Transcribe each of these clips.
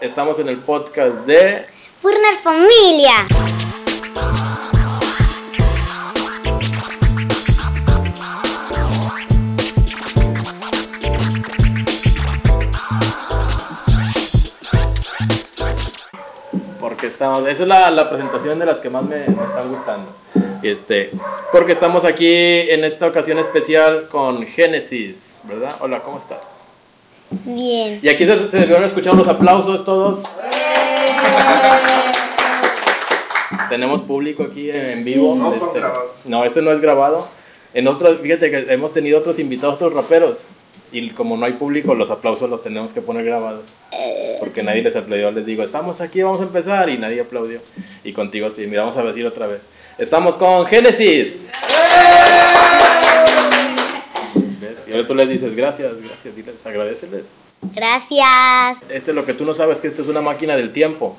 Estamos en el podcast de Burner Familia. Porque estamos. Esa es la, la presentación de las que más me, me están gustando. Este, porque estamos aquí en esta ocasión especial con Génesis, ¿verdad? Hola, ¿cómo estás? Bien. Y aquí se, se debieron escuchar los aplausos todos. Tenemos público aquí en vivo. No son grabados. No, este no es grabado. En otros, fíjate que hemos tenido otros invitados, otros raperos. Y como no hay público, los aplausos los tenemos que poner grabados. Porque nadie les aplaudió. Les digo, estamos aquí, vamos a empezar. Y nadie aplaudió. Y contigo sí. Mira, vamos a decir otra vez. Estamos con Génesis. ¡Eh! ¿Ves? Y ahora tú les dices, gracias, gracias. Diles, agradeceles. Gracias. Este es lo que tú no sabes, que esto es una máquina del tiempo.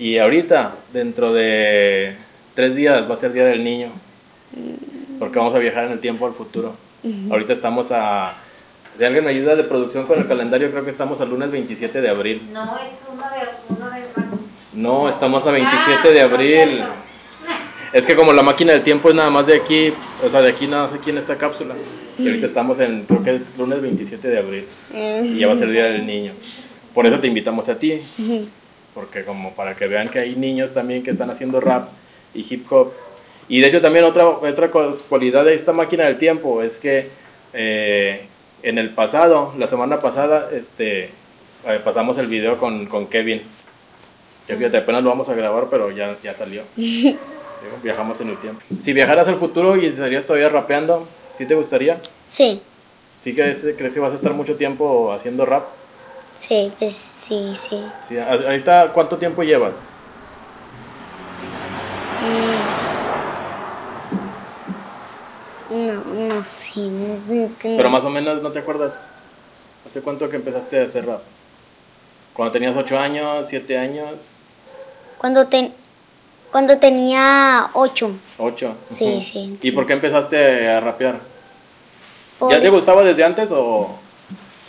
Y ahorita, dentro de tres días, va a ser Día del Niño. Porque vamos a viajar en el tiempo al futuro. Ahorita estamos a... Si alguien me ayuda de producción con el calendario, creo que estamos al lunes 27 de abril. No, es uno de uno de No, estamos a 27 de abril. Es que como la máquina del tiempo es nada más de aquí, o sea, de aquí nada más aquí en esta cápsula. Y ahorita estamos en, creo que es lunes 27 de abril. Y ya va a ser el Día del Niño. Por eso te invitamos a ti, porque como para que vean que hay niños también que están haciendo rap y hip hop. Y de hecho también otra, otra cu- cualidad de esta máquina del tiempo es que eh, en el pasado, la semana pasada, este, eh, pasamos el video con, con Kevin. Ya fíjate, apenas lo vamos a grabar, pero ya, ya salió. Digo, Viajamos en el tiempo. Si viajaras al futuro y estarías todavía rapeando, ¿sí te gustaría? Sí, ¿Sí crees, crees que vas a estar mucho tiempo haciendo rap? sí, pues sí, sí. Sí, a- ahorita, ¿cuánto tiempo llevas? Mm. No, no sé, no sé. que no- Pero más o menos, ¿no te acuerdas? ¿Hace cuánto que empezaste a hacer rap? ¿Cuando tenías 8 años, 7 años, Cuando, ten- cuando tenía ocho. 8? Sí, sí, ¿Y por qué entonces- empezaste a rapear? por- ¿Ya te gustaba desde antes o,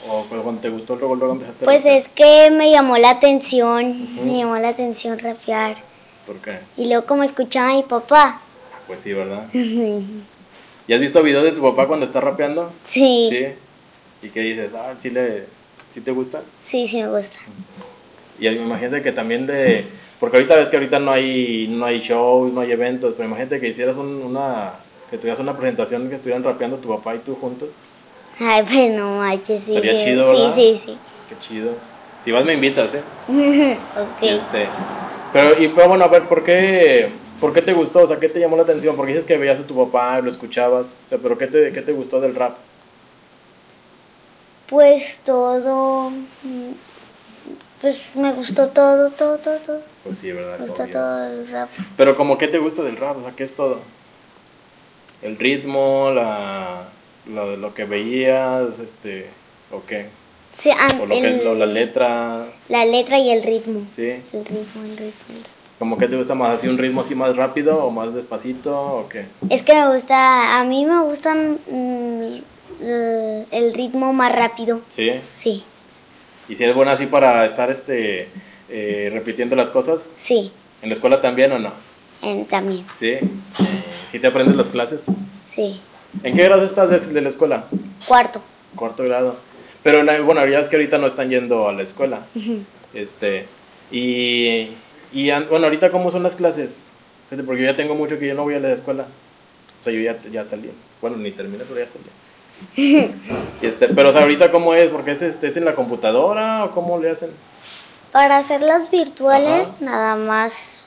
o cuando te gustó luego, luego empezaste pues a rapear? es que me llamó la atención, Ujú. me llamó la atención rapear. ¿Por qué? Y luego como escuchaba a mi papá. Pues sí, ¿verdad? ¿Y has visto videos de tu papá cuando está rapeando? Sí, sí, Sí. ¿Y qué dices? Ah, sí, le, sí te gusta. sí, me gusta. Y imagínate que también de... Porque ahorita ves que ahorita no hay, no hay shows, no hay eventos, pero imagínate que hicieras un- una... Que tuvieras una presentación que estuvieran rapeando tu papá y tú juntos. Ay, pues no manches, sí, Estaría sí, chido, ¿verdad? sí, sí, sí. Qué chido. Si vas me invitas, ¿eh? ok. Este, pero, y, pero bueno, a ver, ¿por qué, ¿por qué te gustó? O sea, ¿qué te llamó la atención? Porque dices que veías a tu papá, lo escuchabas. O sea, pero ¿qué te, qué te gustó del rap? Pues todo. mm, Pues me gustó todo, todo, todo, todo. Pues sí, ¿verdad? Me gustó todo el rap. Pero como qué te gusta del rap, o sea, ¿qué es todo? El ritmo, la, lo, lo que veías, este, o qué, Sí, ah, o lo que es el- lo- la letra, la letra y el ritmo. ¿sí? El ritmo, el ritmo. el ritmo. Como que te gusta más, así un ritmo así más rápido o más despacito, o qué. Es que me gusta. A mí me gustan. mm, l- el ritmo más rápido. ¿Sí? Sí, Y si es bueno así para estar, este, eh, repitiendo las cosas, sí. ¿en la escuela también o no? en- también, ¿Sí? Eh, ¿Sí te aprendes las clases? sí. ¿En qué grado estás de, de la escuela? Cuarto. Cuarto grado. Pero la- bueno, ya es que ahorita no están yendo a la escuela. Este, y, y an- bueno, ahorita cómo son las clases, Fíjate, porque yo ya tengo mucho que yo no voy a la escuela. O sea, yo ya, ya salí. Bueno, ni terminé, pero ya salí. Y este, pero o sea, ahorita cómo es, porque es, este, es en la computadora o cómo le hacen. Para hacer las virtuales, Ajá. nada más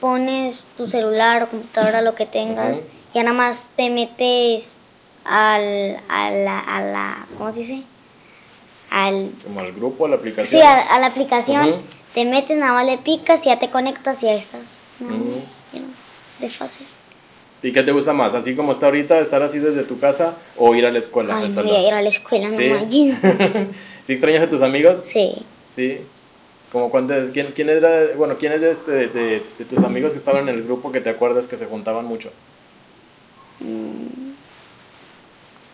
pones tu celular o computadora, lo que tengas, Ujú. y ya nada más te metes al, a, la, a la, ¿cómo se dice? Al, Como al grupo, a la aplicación. sí, a, a la aplicación, Ujú. te metes, nada más le picas, y ya te conectas y ya estás. Nada Mm. más, ya, de fácil. ¿Y qué te gusta más? Así como está ahorita, estar así desde tu casa o ir a la escuela. Ay, al me salón? voy a ir a la escuela, no ¿Sí? manches. ¿Sí extrañas a tus amigos? Sí, Sí. Como cuando, ¿quién, quién era, bueno, quién es de, este- de, de- de tus amigos que estaban en el grupo que te acuerdas que se juntaban mucho?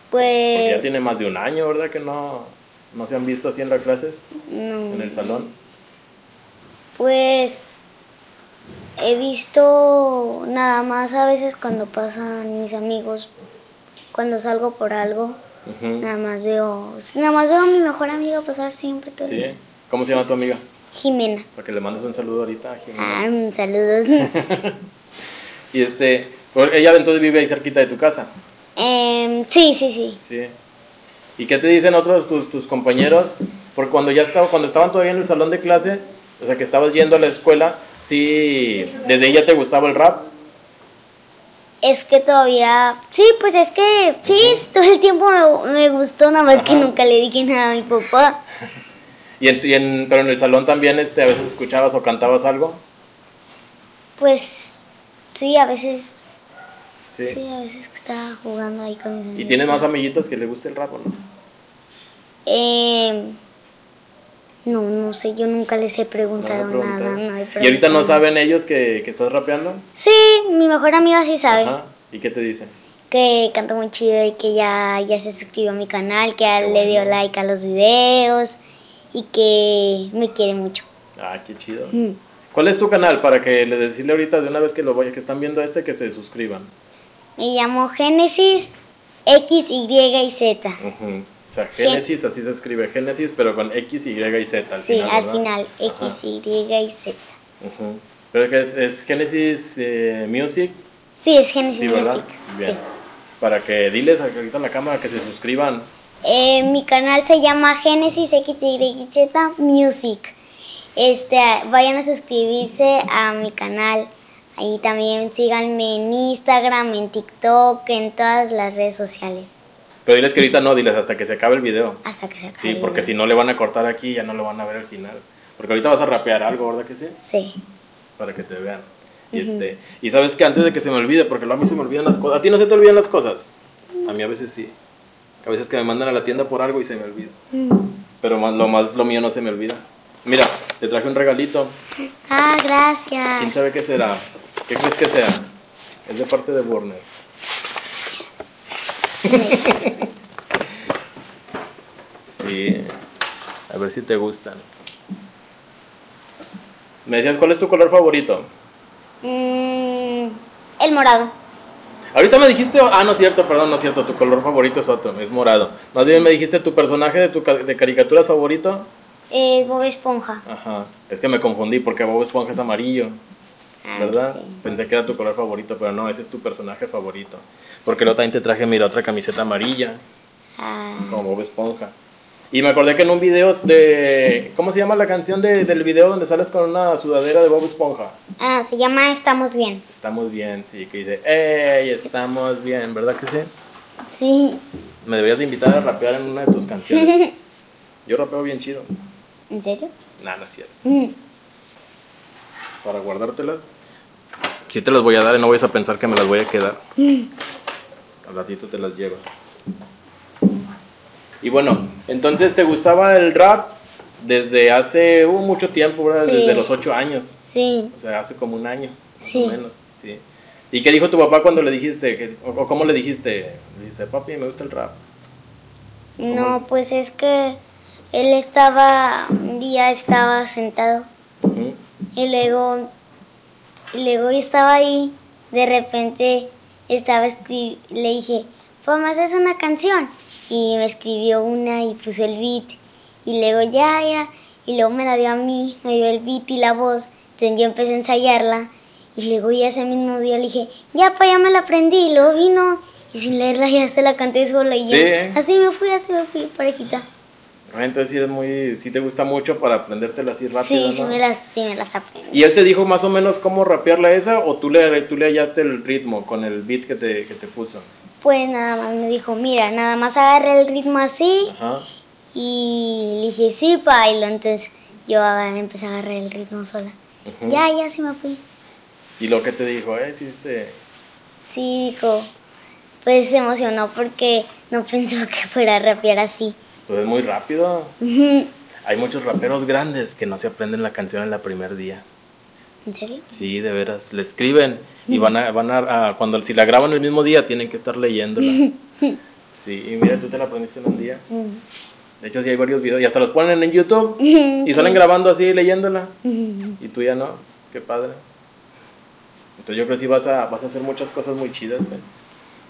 Porque pues... ya tiene más de un año, ¿verdad? Que no, ¿No se han visto así en las clases? Mm, No. ¿En el salón? Pues he visto nada más a veces cuando pasan mis amigos, cuando salgo por algo, Ujú. nada más veo, pues, nada más veo a mi mejor amiga pasar siempre todo. el ¿Sí? día. ¿Cómo se llama tu amiga? Jimena. Para que le mandes un saludo ahorita a Jimena. Ah, mm, saludos. Y este, pues, ella entonces vive ahí cerquita de tu casa, Em, sí, sí, sí. ¿sí? ¿Y qué te dicen otros tus, tus compañeros? Porque cuando ya estaba, cuando estaban todavía en el salón de clase, o sea que estabas yendo a la escuela, sí, desde ella te gustaba el rap. Es que todavía, sí, pues es que, sí, todo el tiempo me, me gustó, nada más que Ajá. nunca le dije nada a mi papá. Y en, y en- pero en el salón también este, a veces escuchabas o cantabas algo. Pues sí, a veces, Sí. sí, a veces que estaba jugando ahí con mis amigos. ¿Y tienes más amiguitos que le guste el rap o no? Em, no, no sé, yo nunca les No le he he preguntado nada. preguntado. no he y ahorita no preguntado. saben ellos que, que estás rapeando. Sí, mi mejor amiga sí sabe Ajá. ¿Y qué te dicen? que canto muy chido y que ya, ya se suscribió a mi canal, que ya Qué le dio bueno. like a los videos y que me quiere mucho. Ah, qué chido. Mm. ¿Cuál es tu canal? Para que les decirle ahorita de una vez que lo vaya, que están viendo este, que se suscriban. Me llamo Génesis X, Y y Z. Ujú. O sea, Génesis, así se escribe Génesis, pero con X, Y y Z al sí, final. al ¿verdad? final, Ajá. X, Y y Z. Ujú. Pero es que es, es Génesis eh, Music, Sí, es Génesis sí, ¿verdad? Music. Bien. sí. Para que diles ahorita a la cámara que se suscriban. Eh, mi canal se llama Génesis XYZ Music. Este, vayan a suscribirse a mi canal. Ahí también síganme en Instagram, en TikTok, en todas las redes sociales. Pero diles que ahorita no, diles hasta que se acabe el video. Hasta que se acabe. Sí, porque el- si no le van a cortar aquí ya no lo van a ver al final. Porque ahorita vas a rapear algo, ¿verdad que sí? Sí. Para que te vean. Y, este, y sabes que antes de que se me olvide, porque luego a mí se me olvidan las cosas. ¿A ti no se te olvidan las cosas? A mí a veces sí. A veces que me mandan a la tienda por algo y se me olvida. Pero más, lo más lo mío no se me olvida. Mira, te traje un regalito. Ah, ¿Quién gracias. sabe qué será? ¿Qué crees que sea? Es de parte de Warner. Sí. A ver si te gustan. Me decías, ¿cuál es tu color favorito? Mm, el morado. Ahorita me dijiste, ah, no es cierto, perdón, no es cierto, tu color favorito es otro, es morado. Más bien me dijiste tu personaje de tu ca- de caricaturas favorito. Eh, Bob Esponja. Ajá, es que me confundí porque Bob Esponja es amarillo. Ah, ¿verdad? sí. Pensé que era tu color favorito, pero no, ese es tu personaje favorito. Porque luego también te traje, mira, otra camiseta amarilla, Ah, como Bob Esponja. Y me acordé que en un video de... ¿Cómo se llama la canción de- del video donde sales con una sudadera de Bob Esponja? ah, se llama Estamos Bien. Estamos bien, sí, que dice, ¡Ey, estamos bien! ¿Verdad que sí? Sí. Me deberías de invitar a rapear en una de tus canciones. Yo rapeo bien chido. ¿En serio? Nada, no es cierto. Mm. Para guardártelas. Sí te las voy a dar y no vayas a pensar que me las voy a quedar. Al ratito te las llevas. Y bueno, entonces te gustaba el rap desde hace uh, mucho tiempo, ¿verdad? Sí. Desde los ocho años. Sí. O sea, hace como un año, más Sí. o menos. Sí. ¿Y qué dijo tu papá cuando le dijiste? que- o, o cómo le dijiste? Le dijiste, papi, me gusta el rap. No, pues es que él estaba, un día estaba sentado Ujú. y luego, y luego yo estaba ahí, de repente estaba escri- le dije, Pomas es una canción y me escribió una y puso el beat y luego ya, ya, y luego me la dio a mí, me dio el beat y la voz, entonces yo empecé a ensayarla y luego ya ese mismo día le dije, ya, pues ya me la aprendí y luego vino y sin leerla ya se la canté sola y yo, Sí, ¿eh? así me fui, así me fui, parejita. Ah, Entonces sí, es muy, sí te gusta mucho para aprendértela así rápido. Sí, sí ¿no? me, las, sí me las aprendí. ¿Y él te dijo más o menos cómo rapearla esa o tú le, tú le hallaste el ritmo con el beat que te, que te puso? Pues nada más me dijo, mira, nada más agarra el ritmo así. Ajá. Y le dije, sí, bailo. Entonces yo a- empecé a agarrar el ritmo sola. Ujú. Ya, ya, sí me fui. Y lo que te dijo, eh, sí, este, Sí, dijo. Pues se emocionó porque no pensó que fuera a rapear así. pues es muy rápido. ¿En Hay muchos raperos grandes que no se aprenden la canción en la primer día. serio? Sí, de veras, le escriben y van a, van a, a- cuando si la graban el mismo día tienen que estar leyéndola. Sí, y mira, tú te la aprendiste en un día. Mm. De hecho, sí hay varios videos y hasta los ponen en YouTube y salen grabando así, leyéndola. Y tú ya no, qué padre. Entonces yo creo que sí vas a, vas a hacer muchas cosas muy chidas. ¿eh?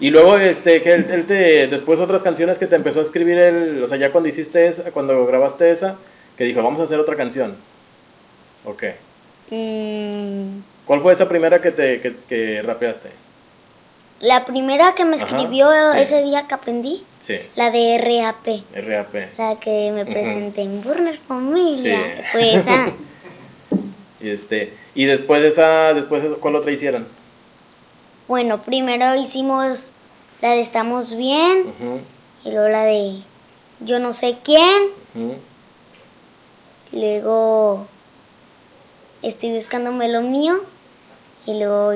Y luego, este, que él, él te, después otras canciones que te empezó a escribir él, o sea, ya cuando hiciste esa, cuando grabaste esa, que dijo, vamos a hacer otra canción. Ok. Mm, ¿Cuál fue esa primera que te que, que rapeaste? la primera que me Ajá, escribió sí. ese día que aprendí, Sí, la de RAP, RAP. la que me presenté en Burner Familia, Pues, ah, Sí. fue esa. Y este, y después de esa, después de- ¿cuál otra hicieron? Bueno, primero hicimos la de Estamos Bien, Ujú, y luego la de Yo no sé quién, ujú. luego Estoy buscándome lo mío, y luego,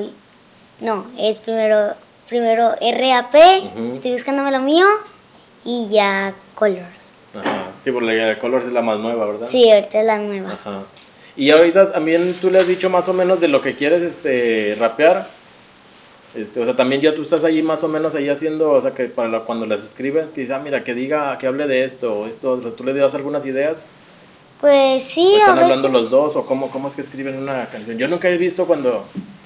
no, es primero, primero RAP, Ujú. Estoy buscándome lo mío, y ya Colors. Ajá. Sí, por la Colors es la más nueva, ¿verdad? Sí, ahorita es la nueva. Ajá. Y ahorita también tú le has dicho más o menos de lo que quieres este rapear. Este, o sea, también ya tú estás ahí más o menos ahí haciendo, o sea, que para la- cuando las escribes, que dices, "Ah, mira, que diga, que hable de esto, o esto, o sea, tú le das algunas ideas, Pues sí, o a están veces. hablando los dos, o cómo, cómo es que escriben una canción. Yo nunca he visto cuando,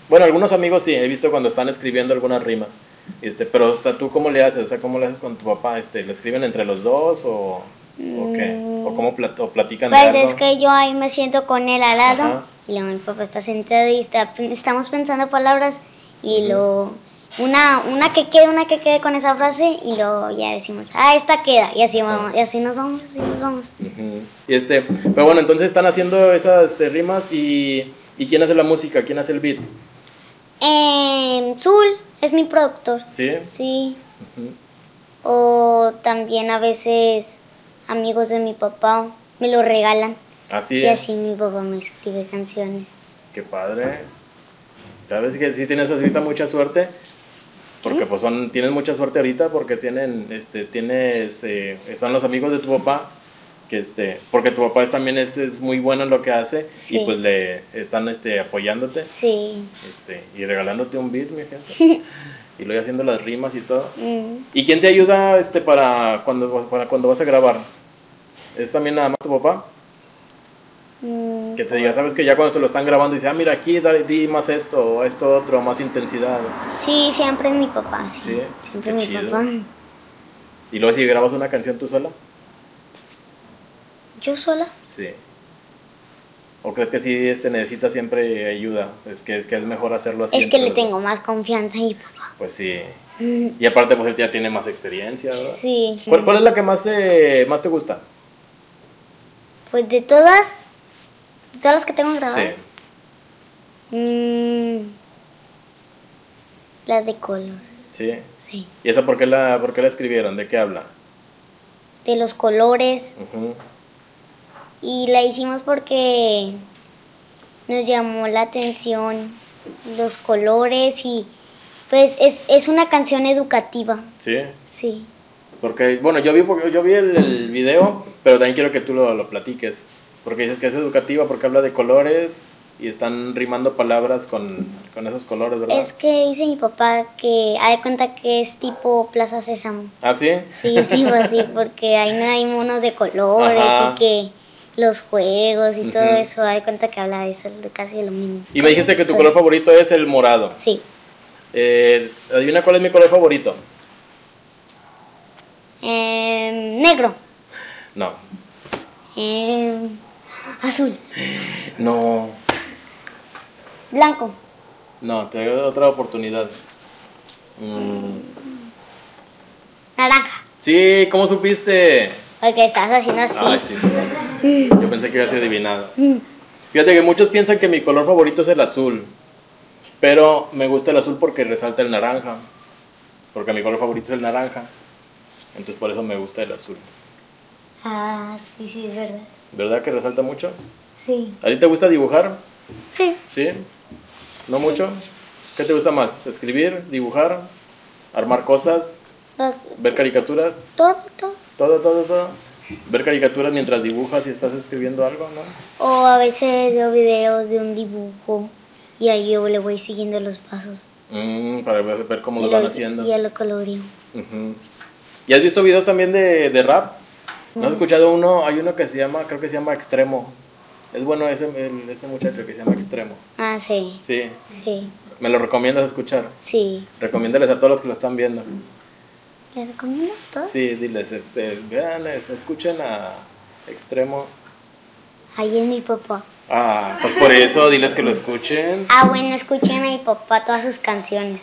bueno, algunos amigos sí, he visto cuando están escribiendo algunas rimas, este, pero o sea, tú cómo le haces, o sea, cómo le haces con tu papá, este, ¿le escriben entre los dos, o, Mm, o qué? ¿O cómo plat- o platican de Pues es algo? que yo ahí me siento con él al lado Ajá. y luego mi papá está sentado y está, pen- estamos pensando palabras y Ujú. luego una, una que quede, una que quede con esa frase y luego ya decimos, ah, esta queda y así vamos, y así nos vamos, así nos vamos. Ujú. Y este, pero bueno, entonces están haciendo esas este, rimas y, y quién hace la música, quién hace el beat, Eh, Zul es mi productor, ¿sí? sí. Ujú. O también a veces amigos de mi papá me lo regalan Así y es. así mi papá me escribe canciones. Qué padre. Sabes que sí tienes ahorita mucha suerte, porque pues son, tienes mucha suerte ahorita porque tienen, este, tienes, eh, están los amigos de tu papá, que este, porque tu papá es- también es, es muy bueno en lo que hace Sí. y pues le están este, apoyándote Sí. este, y regalándote un beat, mi gente. y luego haciendo las rimas y todo. Mm. ¿Y quién te ayuda este para cuando para cuando vas a grabar? ¿Es también nada más tu papá? Mm, Que te diga, sabes que ya cuando te lo están grabando dice, ah, mira aquí, dale, di más esto, o esto otro, más intensidad. Sí, siempre es mi papá, sí. Sí, Siempre qué mi chido. papá. Y luego si grabas una canción tú sola, Yo sola. sí. ¿O crees que sí este, necesita siempre ayuda? Es que, que es mejor hacerlo así. es que le entre los tengo más confianza a mi papá. dos. Pues sí. Y aparte, pues él ya tiene más experiencia, ¿verdad? Sí. ¿Cuál, cuál es la que más, eh, más te gusta? Pues de todas, de todas las que tengo grabadas, Sí. mm, la de colores, Sí. sí. ¿Y esa por qué la, por qué la escribieron? ¿De qué habla? De los colores. Ujú. Y la hicimos porque nos llamó la atención los colores y pues es, es una canción educativa, Sí. sí. Porque, bueno, yo vi, yo vi el, el video, pero también quiero que tú lo, lo platiques. Porque dices que es educativa, porque habla de colores y están rimando palabras con, con esos colores, ¿verdad? Es que dice mi papá que hay cuenta que es tipo Plaza Sésamo. ¿Ah, sí? Sí, es tipo así, porque ahí no hay monos de colores Ajá. y que los juegos y todo Ujú. eso. Hay cuenta que habla de eso, de casi lo mismo. Y me dijiste que tu color favorito es el morado. Sí. Eh, adivina cuál es mi color favorito. Em, negro. No. Em, azul. No. Blanco. No, te doy otra oportunidad. Mm. Naranja. Sí, ¿cómo supiste? Porque estás haciendo así. Ay, sí, sí. Yo pensé que iba a ser adivinado. Fíjate que muchos piensan que mi color favorito es el azul, pero me gusta el azul porque resalta el naranja, porque mi color favorito es el naranja, entonces por eso me gusta el azul. Ah, sí, sí, es verdad. ¿Verdad que resalta mucho? Sí. ¿A ti te gusta dibujar? Sí. ¿Sí? ¿No mucho? ¿Qué te gusta más? ¿Escribir? ¿Dibujar? ¿Armar cosas? Los- ¿Ver caricaturas? todo, todo. Todo, todo, todo. ¿Ver caricaturas mientras dibujas y estás escribiendo algo, no? O a veces veo videos de un dibujo y ahí yo le voy siguiendo los pasos. Mm, para ver, ver cómo y lo van lo- haciendo. Y ya lo coloreo. Ujú. ¿Y has visto videos también de, de rap? ¿No has escuchado uno? Hay uno que se llama, creo que se llama Extremo. Es bueno ese, el- ese muchacho que se llama Extremo. Ah, sí, Sí, sí, me lo recomiendas escuchar. sí. Recomiéndales a todos los que lo están viendo. ¿Le recomiendo todo? Sí, diles, este, vean, este, escuchen a Extremo. Ahí es mi papá. Ah, pues por eso, diles que lo escuchen. Ah, bueno, escuchen a mi papá todas sus canciones.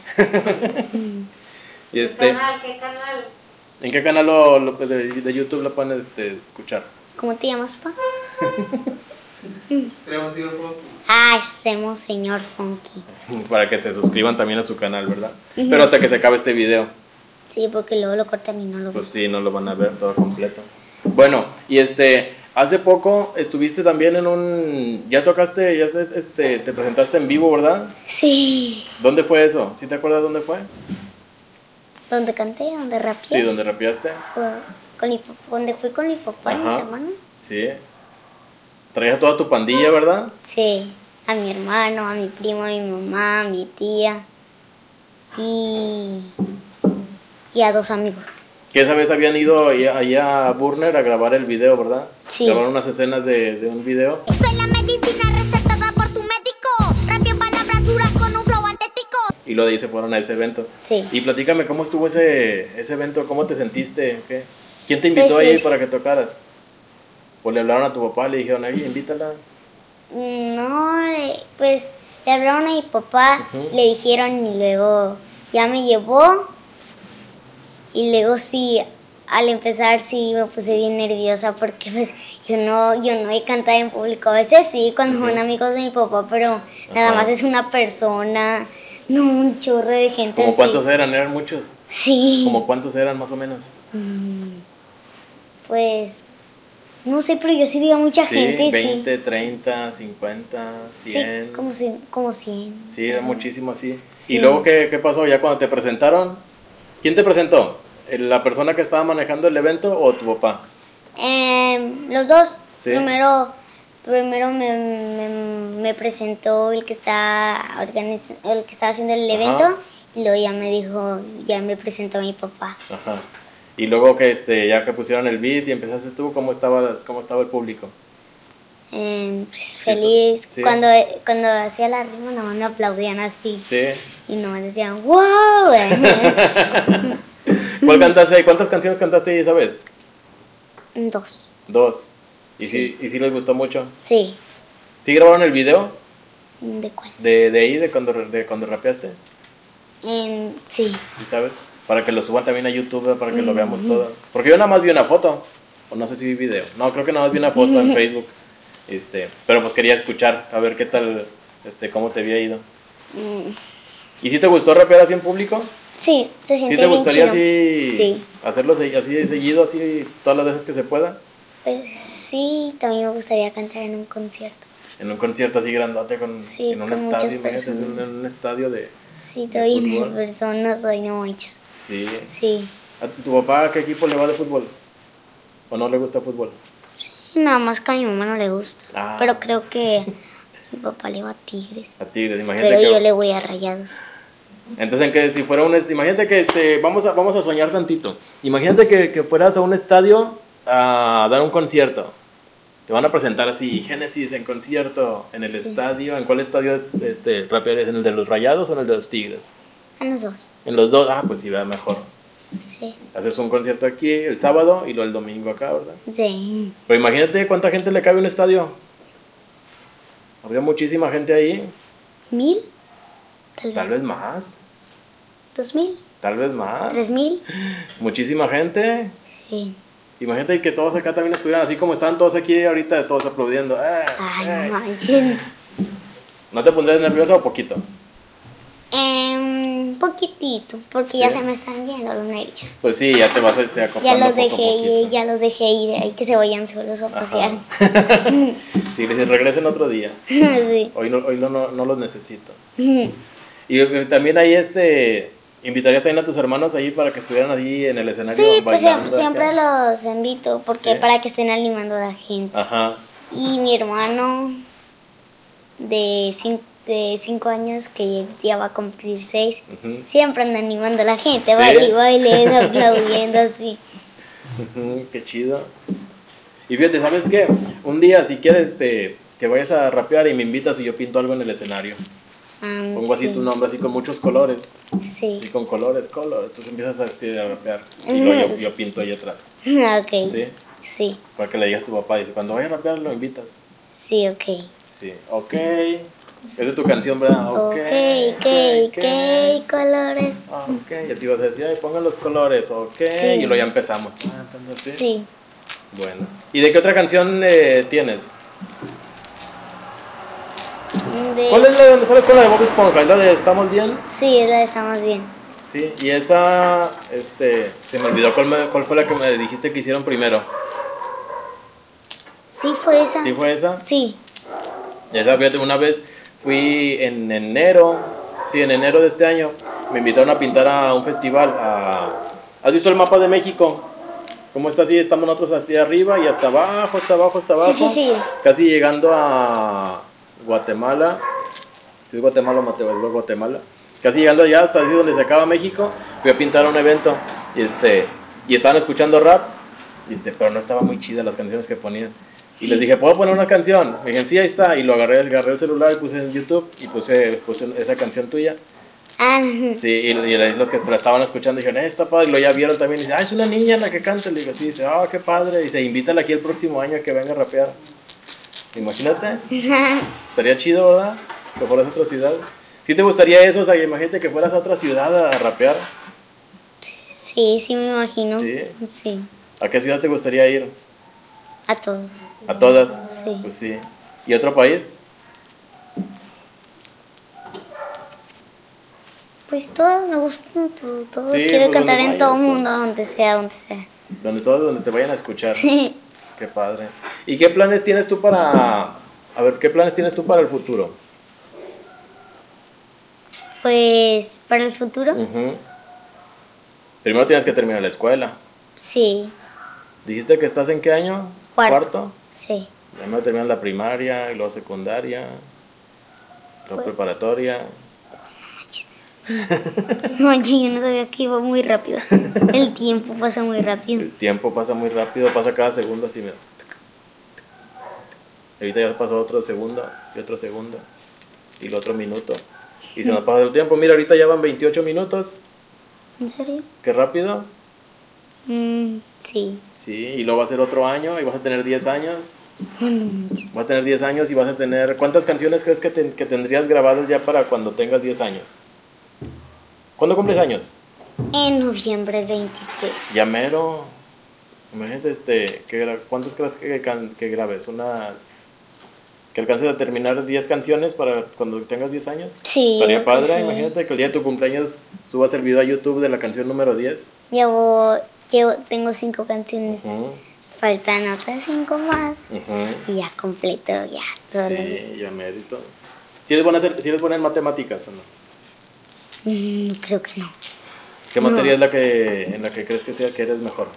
Y ¿Qué este, canal? ¿Qué canal? ¿en qué canal lo- lo- de, de YouTube lo pueden este, escuchar? ¿Cómo te llamas, papá? Extremo Señor Rocky. Ah, extremo señor Funky. Para que se suscriban también a su canal, ¿verdad? Pero hasta que se acabe este video. Sí, porque luego lo cortan y no lo Pues ven. sí, no lo van a ver todo completo. Bueno, y este, hace poco estuviste también en un, ya tocaste, ya se- este, te presentaste en vivo, ¿verdad? Sí. ¿Dónde fue eso? ¿Sí te acuerdas dónde fue? Donde canté, donde Sí, rapeé. ¿dónde rapeaste? Fue- con mi pap- donde fui con mi papá y mis Ajá. hermanos. Sí. Traías a toda tu pandilla, ¿verdad? Sí, a mi hermano, a mi primo, a mi mamá, a mi tía y, y a dos amigos. Que esa vez habían ido allá allá a Burner a grabar el video, ¿verdad? Sí. Grabaron unas escenas de, de un video. Soy la medicina recetada por tu médico. Rapio en palabras duras con un flow antético. Y lo de ahí se fueron a ese evento. Sí. Y platícame, ¿cómo estuvo ese, ese evento? ¿Cómo te sentiste? ¿Qué? ¿Quién te invitó Pues ahí es- para que tocaras? Pues le hablaron a tu papá, le dijeron, oye, invítala. No, eh, pues le hablaron a mi papá, Ujú. le dijeron y luego ya me llevó. Y luego sí, al empezar sí me puse bien nerviosa porque pues yo no, yo no he cantado en público. A veces sí, cuando son amigos de mi papá, pero nada Ajá. más es una persona, no un chorro de gente. ¿Cómo sí. cuántos eran? ¿Eran muchos? Sí. ¿Cómo cuántos eran más o menos? Mm, Pues no sé, pero yo sí vi a mucha Sí, gente. 20, 30, 50, sí. 100. Sí, como, si- como 100. Sí, era muchísimo así. Sí. ¿Y luego qué, qué pasó? ¿Ya cuando te presentaron? ¿Quién te presentó? ¿La persona que estaba manejando el evento o tu papá? Em, los dos. Sí. Primero, primero me, me- me presentó el que está organiz- el que estaba haciendo el Ajá. evento y luego ya me dijo, ya me presentó mi papá. Ajá. Y luego que este, ya que pusieron el beat y empezaste tú, ¿cómo estaba, cómo estaba el público? Em, pues, pues, feliz. sí. Cuando, cuando hacía la rima, nomás me aplaudían así Sí. y nomás decían, ¡Wow! ¿Cuál cantaste? ¿Cuántas canciones cantaste ahí esa vez? dos. Dos. ¿Y sí. y sí les gustó mucho? Sí. ¿Sí grabaron el video ¿De cuál? de, de ahí, de cuando, de cuando rapeaste? En, sí, ¿Sí sabes? Para que lo suban también a YouTube, para que lo veamos todo. Porque yo nada más vi una foto, o no sé si vi video. No, creo que nada más vi una foto en Facebook. Este, pero pues quería escuchar, a ver qué tal, este, cómo te había ido. mm, ¿Y si te gustó rapear así en público? sí, se ¿Sí siente te bien gustaría chido. así, Sí. hacerlo se- así seguido, así todas las veces que se pueda? Pues sí, también me gustaría cantar en un concierto. En un concierto así grandote, con, Sí, en un con muchas estadio, imagínate, es un- personas. en un estadio de... Sí, ¿De doy en fútbol? personas, doy no manches. Sí. Sí, ¿A tu papá a qué equipo le va de fútbol? ¿O no le gusta fútbol? nada más que a mi mamá no le gusta. Ah. Pero creo que a mi papá le va a Tigres. A Tigres, imagínate Pero que... yo le voy a Rayados. Entonces, en que si fuera un... est- Imagínate que este, vamos, a, vamos a soñar tantito. Imagínate que, que fueras a un estadio a dar un concierto. Te van a presentar así, Génesis en concierto, en el estadio. ¿En cuál estadio este, rapearías? ¿En el de los Rayados o en el de los Tigres? A los dos. En los dos, ah, pues sí, va mejor. Sí, Haces un concierto aquí el sábado y luego el domingo acá, ¿verdad? sí. Pero imagínate cuánta gente le cabe a un estadio. Habría muchísima gente ahí, ¿Mil? Tal tal vez. vez más, ¿Dos mil? tal vez más. ¿Tres mil? Muchísima gente, Sí. Imagínate que todos acá también estuvieran así como están todos aquí ahorita, todos aplaudiendo. ¡Eh! Ay, ¡Eh! no manches. ¿No te pondrías nerviosa o poquito? Em, Un poquitito, porque ya Sí. se me están yendo los nervios. Pues sí, ya te vas este, Ya acoplando los poco a dejé ir, poquito. ya los dejé ir, hay que se vayan solos a Ajá. pasear. Sí, les dije, regresen otro día. sí. Hoy no, hoy no, no, no los necesito. Y eh, también ahí este, invitarías también a tus hermanos ahí para que estuvieran allí en el escenario Sí, pues siem- bailando siempre acá. los invito porque Sí. Ah. para que estén animando a la gente. Ajá. Y mi hermano de 5 de cinco años que ya va a cumplir 6, ujú. siempre anda animando a la gente, ¿Sí? baile, y baile, aplaudiendo así. Ujú, qué chido. Y fíjate, ¿sabes qué? Un día, si quieres, te, que vayas a rapear y me invitas y yo pinto algo en el escenario. Am, Pongo así sí, tu nombre, así con muchos colores. Sí. Así con colores, colores. Tú empiezas así a rapear. Y luego yo, Ujú. yo pinto ahí atrás. ok. ¿Sí? Sí, Para que le digas a tu papá. Dice, cuando vaya a rapear, lo invitas. sí, ok. Sí. Ok. Es de tu canción, ¿verdad? Ok, ok, ok, colores. Ok, y así vas a decir, ay, pongan los colores, ok, Sí. y luego ya empezamos. Ah, entonces, ¿sí? Sí. Bueno. ¿Y de qué otra canción eh, tienes? De- ¿Cuál es la de, ¿Sabes cuál es la de Bob Esponja? ¿Es la de Estamos Bien? Sí, es la de Estamos Bien. Sí, y esa, este, se me olvidó cuál, me- cuál fue la que me dijiste que hicieron primero. Sí, fue esa. ¿Sí fue esa? Sí, Ya sabía, una vez fui en enero, sí, en enero de este año, me invitaron a pintar a un festival. a- ¿Has visto el mapa de México? ¿Cómo está así? Estamos nosotros hacia arriba y hasta abajo, hasta abajo, hasta abajo. sí, sí, sí. Casi llegando a Guatemala. ¿Sí es Guatemala o Mateo? ¿Es Guatemala? Casi llegando allá, hasta así donde se acaba México, fui a pintar un evento y, este, y estaban escuchando rap, y este, pero no estaban muy chidas las canciones que ponían. Y les dije, ¿puedo poner una canción? Me dijeron, sí, ahí está. Y lo agarré, agarré el celular y puse en YouTube y puse, puse esa canción tuya. Ah, Sí, y, y los que la estaban escuchando dijeron, eh, está padre. Y lo ya vieron también. Y dice, ah, es una niña la que canta. Le digo, sí, dice, ah, qué padre. Y dice, invítala aquí el próximo año a que venga a rapear. Imagínate. ah, Estaría chido, ¿verdad? Que fueras a otra ciudad. ¿Sí te gustaría eso? O sea, imagínate que fueras a otra ciudad a rapear. sí, sí, me imagino. Sí. Sí, ¿A qué ciudad te gustaría ir? a todos. ¿A todas? Sí. Pues sí. ¿Y otro país? Pues todo, me gusta todo. todo. Sí, Quiero pues, cantar donde en todo el vayas, pues. mundo, donde sea, donde sea. Donde todos, donde te vayan a escuchar. Sí. Qué padre. ¿Y qué planes tienes tú para... A ver, ¿qué planes tienes tú para el futuro? Pues, ¿para el futuro? Ujú. Primero tienes que terminar la escuela. Sí, Dijiste que estás en qué año? Cuarto. sí. Primero terminas la primaria, y luego secundaria, Pues, luego preparatoria. Manche, yo no sabía que iba muy rápido. El tiempo pasa muy rápido. El tiempo pasa muy rápido, pasa cada segundo así. mira. Ahorita ya pasó otro segundo y otro segundo y el otro minuto. Y se nos pasa el tiempo. Mira, ahorita ya van 28 minutos. ¿En serio? Qué rápido. Mm, sí. Sí, y luego va a ser otro año y vas a tener 10 años. Vas a tener 10 años y vas a tener... ¿Cuántas canciones crees que, ten- que tendrías grabadas ya para cuando tengas 10 años? ¿Cuándo cumples años? En noviembre 23. Ya mero. Imagínate, este, que gra- ¿cuántas crees que, can- que grabes? Unas... Que alcances a terminar 10 canciones para cuando tengas 10 años. Sí. Estaría creo que padre, sí. imagínate que el día de tu cumpleaños subas el video a YouTube de la canción número 10. Llevo, llevo, tengo cinco canciones. Ujú, Faltan otras cinco más. ujú. Y ya completo, ya. Todos Sí, ya mérito. ¿Si eres buena, si eres buena en matemáticas o no? los- Mm, creo que no. ¿Qué No. materia es la que, en la que crees que sea que eres mejor?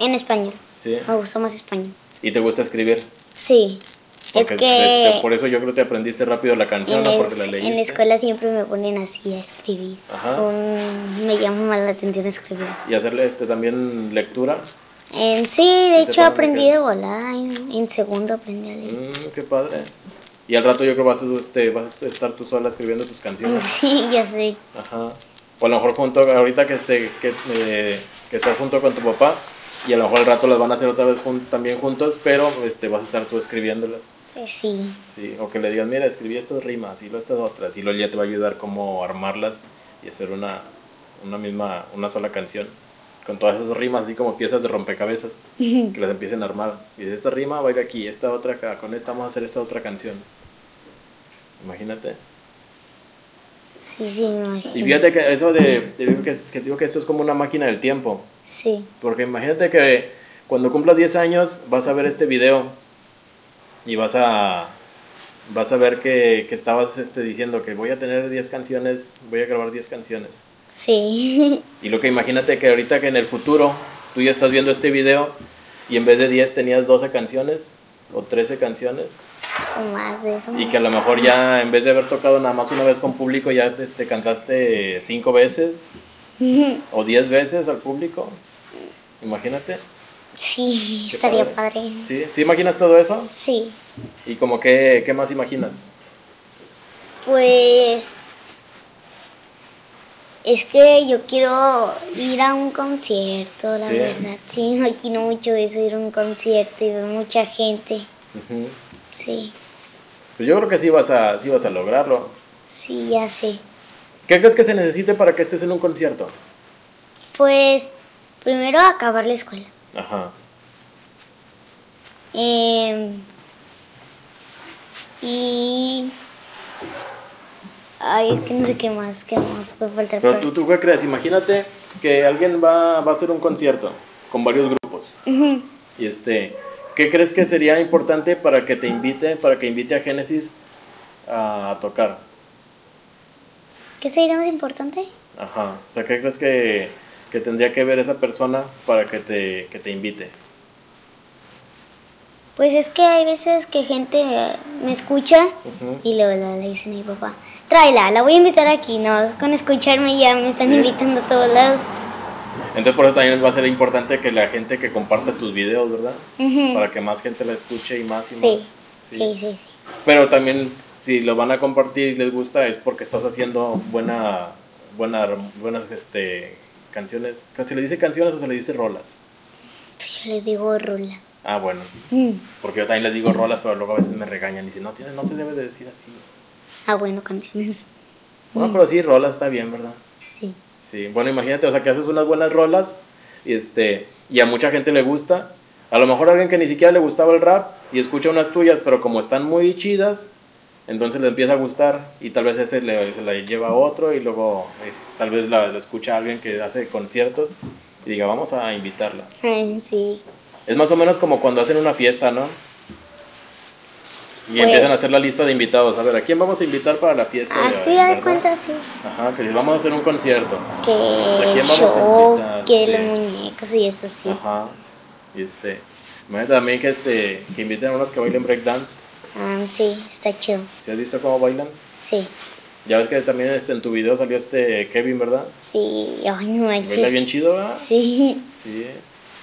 En español. ¿Sí? Me gusta más español. ¿Y te gusta escribir? Sí. Es Porque te- te- que por eso yo creo que te aprendiste rápido la canción, en, ¿no? el- Porque la Ah. en leí. la escuela siempre me ponen así a escribir. Ajá. Un- me llama más la atención escribir. Y hacerle este, también lectura. Em, sí, de te hecho ponen aprendí acá? de volada. En, en segundo aprendí a leer. Mm, qué padre. Y al rato yo creo que vas, tú, este, vas a estar tú sola escribiendo tus canciones. Sí, ya sé. Ajá. O a lo mejor junto, ahorita que, este, que, eh, que estás junto con tu papá, y a lo mejor al rato las van a hacer otra vez jun- también juntos, pero este, vas a estar tú escribiéndolas. Sí. Sí, o que le digas, mira, escribí estas rimas y luego estas otras, y luego ya te va a ayudar como armarlas y hacer una, una misma, una sola canción, con todas esas rimas, así como piezas de rompecabezas, que las empiecen a armar. Y dices, esta rima va a ir aquí, esta otra acá, con esta vamos a hacer esta otra canción. Imagínate. Sí, sí, me Y imagino. fíjate que eso de, te digo que, que digo que esto es como una máquina del tiempo, Sí, porque imagínate que cuando cumplas 10 años vas a ver este video y vas a vas a ver que, que estabas este, diciendo que voy a tener 10 canciones, voy a grabar 10 canciones. sí. Y lo que imagínate que ahorita que en el futuro tú ya estás viendo este video y en vez de 10 tenías 12 canciones o 13 canciones o más de eso. y que a lo mejor ya en vez de haber tocado nada más una vez con público ya este, cantaste 5 veces o 10 veces al público. Imagínate. Sí, estaría padre. padre. ¿Sí? ¿Sí imaginas todo eso? Sí, ¿Y como qué, qué más imaginas? pues es que yo quiero ir a un concierto, la Sí. verdad. Sí, me imagino mucho eso, ir a un concierto y ver mucha gente. Ujú. Sí, Pues yo creo que sí vas a, sí vas a lograrlo. sí, ya sé. ¿Qué crees que se necesite para que estés en un concierto? Pues primero acabar la escuela. Ajá. Em, y... Ay, es que no sé qué más, qué más puede faltar. Pero por- tú, ¿tú qué crees? Imagínate que alguien va, va a hacer un concierto con varios grupos. Ujú. Y este, ¿qué crees que sería importante para que te invite, para que invite a Génesis a tocar? ¿Qué sería más importante? Ajá. O sea, ¿qué crees que, que tendría que ver esa persona para que te, que te invite? Pues es que hay veces que gente eh, me escucha Ujú. y luego la- le dicen a mi papá, tráela, la voy a invitar aquí, no, con escucharme ya me están Sí. invitando a todos lados. Entonces por eso también va a ser importante que la gente que comparte tus videos, ¿verdad? Ujú. Para que más gente la escuche y más y Sí, más. sí, sí, sí. Pero también si lo van a compartir y les gusta es porque estás haciendo buena, buena, buenas este, canciones. ¿Se le dice canciones o se le dice rolas? Pues yo les digo rulas. Ah, bueno. Mm. Porque yo también les digo rolas, pero luego a veces me regañan y dicen, no, tiene- no se debe de decir así. Ah, bueno, canciones. Mm. Bueno, pero sí, rolas está bien, ¿verdad? Sí. Sí, bueno, imagínate, o sea, que haces unas buenas rolas y, este, y a mucha gente le gusta. A lo mejor a alguien que ni siquiera le gustaba el rap y escucha unas tuyas, pero como están muy chidas, entonces le empieza a gustar y tal vez ese le, se la lleva a otro y luego eh, tal vez la, la escucha a alguien que hace conciertos y diga, vamos a invitarla. Ay, sí. Es más o menos como cuando hacen una fiesta, ¿no? Y Pues- empiezan a hacer la lista de invitados. A ver, ¿a quién vamos a invitar para la fiesta? de hoy, Así de verdad? cuenta, sí. Ajá, que si vamos a hacer un concierto. Que el quién vamos a show, invitar? que Sí. los muñecos y eso sí. Ajá. Y este, imagínate también que, este, que inviten a unos que bailen breakdance. Ah, sí, está chido. ¿Sí has visto cómo bailan? Sí, Ya ves que también este, en tu video salió este Kevin, ¿verdad? sí. Ay, no Baila manches. bien chido, ¿verdad? Sí. Sí.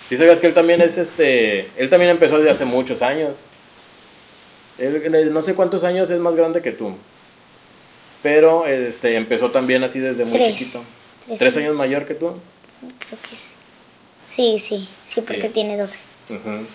Sí sabías que él también es este, él también empezó desde hace muchos años. Él, él no sé cuántos años es más grande que tú. Pero este empezó también así desde muy Tres. chiquito. Tres ¿Tres años años. mayor que tú? Creo que sí. Sí, sí, sí, porque Sí. tiene 12. Ujú.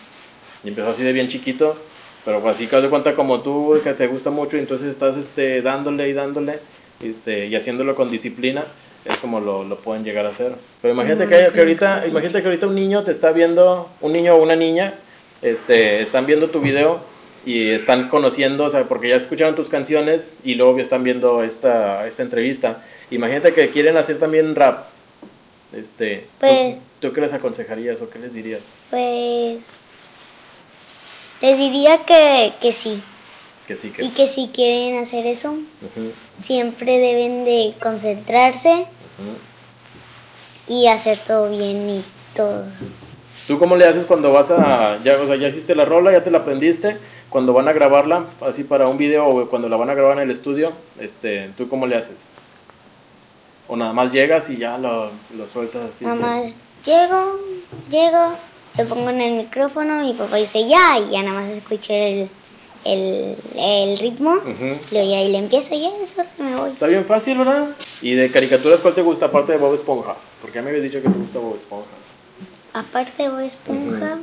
Y empezó así de bien chiquito, pero pues así que haz de cuenta como tú, que te gusta mucho, y entonces estás este, dándole y dándole este, y haciéndolo con disciplina, es como lo, lo pueden llegar a hacer. Pero imagínate Ah, que, que tienes ahorita, razón. imagínate que ahorita un niño te está viendo, un niño o una niña, este, están viendo tu video y están conociendo, o sea, porque ya escucharon tus canciones y luego están viendo esta, esta entrevista. Imagínate que quieren hacer también rap. Este, ¿tú- Pues- ¿Tú qué les aconsejarías o qué les dirías? Pues les diría que, que sí. Que sí, que Y que si quieren hacer eso, Ujú, siempre deben de concentrarse ujú. y hacer todo bien y todo. ¿Tú cómo le haces cuando vas a, ya, o sea, ya hiciste la rola, ya te la aprendiste, cuando van a grabarla, así para un video o cuando la van a grabar en el estudio, este, ¿tú cómo le haces? O nada más llegas y ya lo, lo sueltas así. Nada más llego, llego, le pongo en el micrófono, mi papá dice ya, y ya nada más escucho el, el, el ritmo, Ujú. luego ya y le empiezo y eso, me voy. Está bien fácil, ¿verdad? ¿Y de caricaturas cuál te gusta aparte de Bob Esponja? Porque ya me habías dicho que te gusta Bob Esponja. Aparte de Bob Esponja,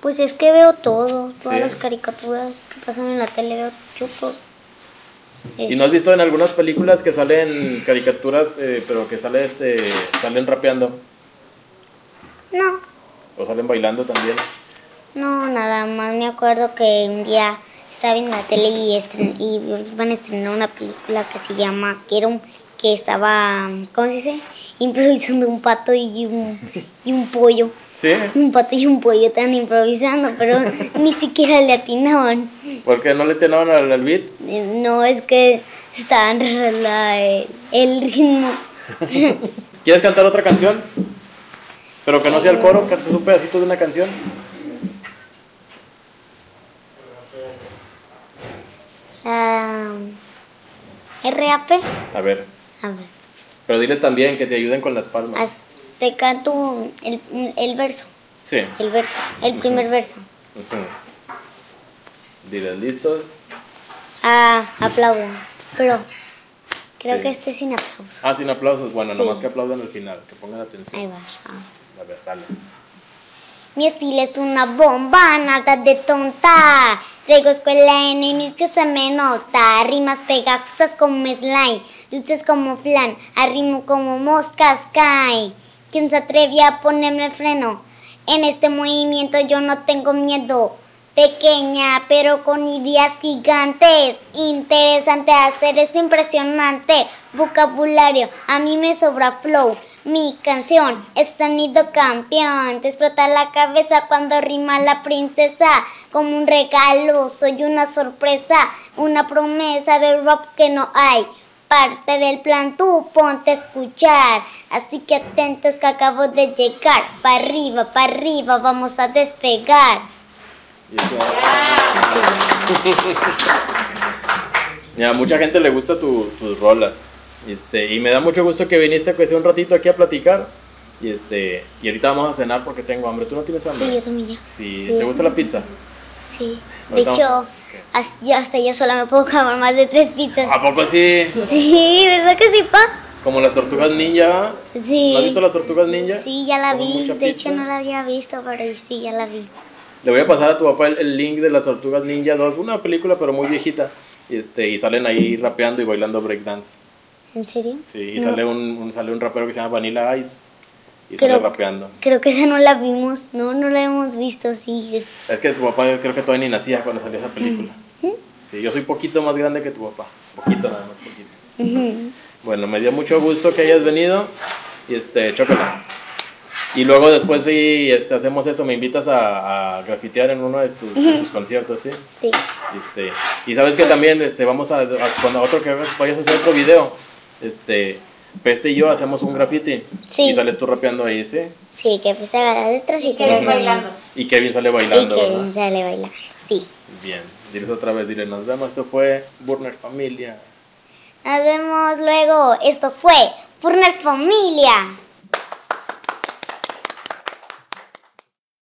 pues es que veo todo, todas Sí. las caricaturas que pasan en la tele, veo yo todo. ¿Y no has visto en algunas películas que salen caricaturas, eh, pero que sale este, salen rapeando No, o salen bailando también? no, nada más me acuerdo que un día estaba en la tele y, estren- y van a estrenar una película que se llama, que era un, que estaba, ¿cómo se dice? Improvisando un pato y un, y un pollo. ¿Sí? Un pato y un pollo estaban improvisando, pero ni siquiera le atinaban. Porque no le tenían al al beat. Eh, No, es que estaban rara la- eh, el, ritmo. ¿Quieres cantar otra canción? Pero que no sea el coro, canta un pedacito de una canción. La RAP. A ver, A ver. pero diles también que te ayuden con las palmas. as- te canto un- el, el verso, Sí. el verso, el primer verso. Ujú. Dile, listos. Ah, aplaudo. Pero creo Sí. que este es sin aplausos. Ah, sin aplausos. Bueno, Sí. nomás que aplaudan al final, que pongan Ahí atención. va. ah. A ver, dale. Mi estilo es una bomba, nada de tonta. Traigo escuela en el que se me nota. Rimas pegajosas como slime, dulces como flan, arrimo como moscas cae. ¿Quién se atreve a ponerme el freno? En este movimiento yo no tengo miedo. Pequeña, pero con ideas gigantes. Interesante hacer es impresionante. Vocabulario, a mí me sobra flow. Mi canción es sonido campeón. Te explota la cabeza cuando rima la princesa. Como un regalo, soy una sorpresa. Una promesa de rap que no hay. Parte del plan, tú ponte a escuchar. Así que atentos que acabo de llegar. Pa' arriba, pa' arriba, vamos a despegar. Y eso- Mira, a mucha gente le gusta tu- tus rolas. Este, y me da mucho gusto que viniste que sea un ratito aquí a platicar. Y este, y ahorita vamos a cenar porque tengo hambre. ¿Tú no tienes hambre? Sí, yo también ya. Sí, Sí. ¿te gusta la pizza? Sí. De Ahorita hecho, vamos- as- yo- hasta yo sola me puedo acabar más de tres pizzas. ¿A poco sí? Sí, ¿verdad que sí, pa? Como las tortugas ninja. Sí. ¿No has visto las tortugas ninja? Sí, ya la Comen vi. mucha De pizza. hecho, no la había visto, pero sí, ya la vi. Le voy a pasar a tu papá el, el link de las tortugas ninja 2, una película pero muy viejita. Este, y salen ahí rapeando y bailando breakdance. ¿En serio? Sí, y No, sale, un, un- sale un rapero que se llama Vanilla Ice. Y sale Creo- rapeando. Creo que esa no la vimos. No, no la hemos visto, sí. Es que tu papá yo creo que todavía ni nacía cuando salió esa película. Sí, yo soy poquito más grande que tu papá. Poquito nada más, poquito. Ujú. Bueno, me dio mucho gusto que hayas venido. Y este, chócala. Y luego después si este, hacemos eso, me invitas a, a grafitear en uno de tus, de tus conciertos, ¿sí? Sí. Este, y sabes que también este, vamos a, a- cuando otro que hagas- vayas a hacer otro video, este, Peste y yo hacemos un graffiti. Sí. Y sales tú rapeando ahí, ¿sí? Sí, que pues agarrar detrás y Y que que nos vas bailando. Y Kevin sale Y bailando, ¿verdad? que sale bailando, sí. Bien, diles otra vez, diles, nos vemos, esto fue Burner Familia. Nos vemos luego. Esto fue Purner Familia.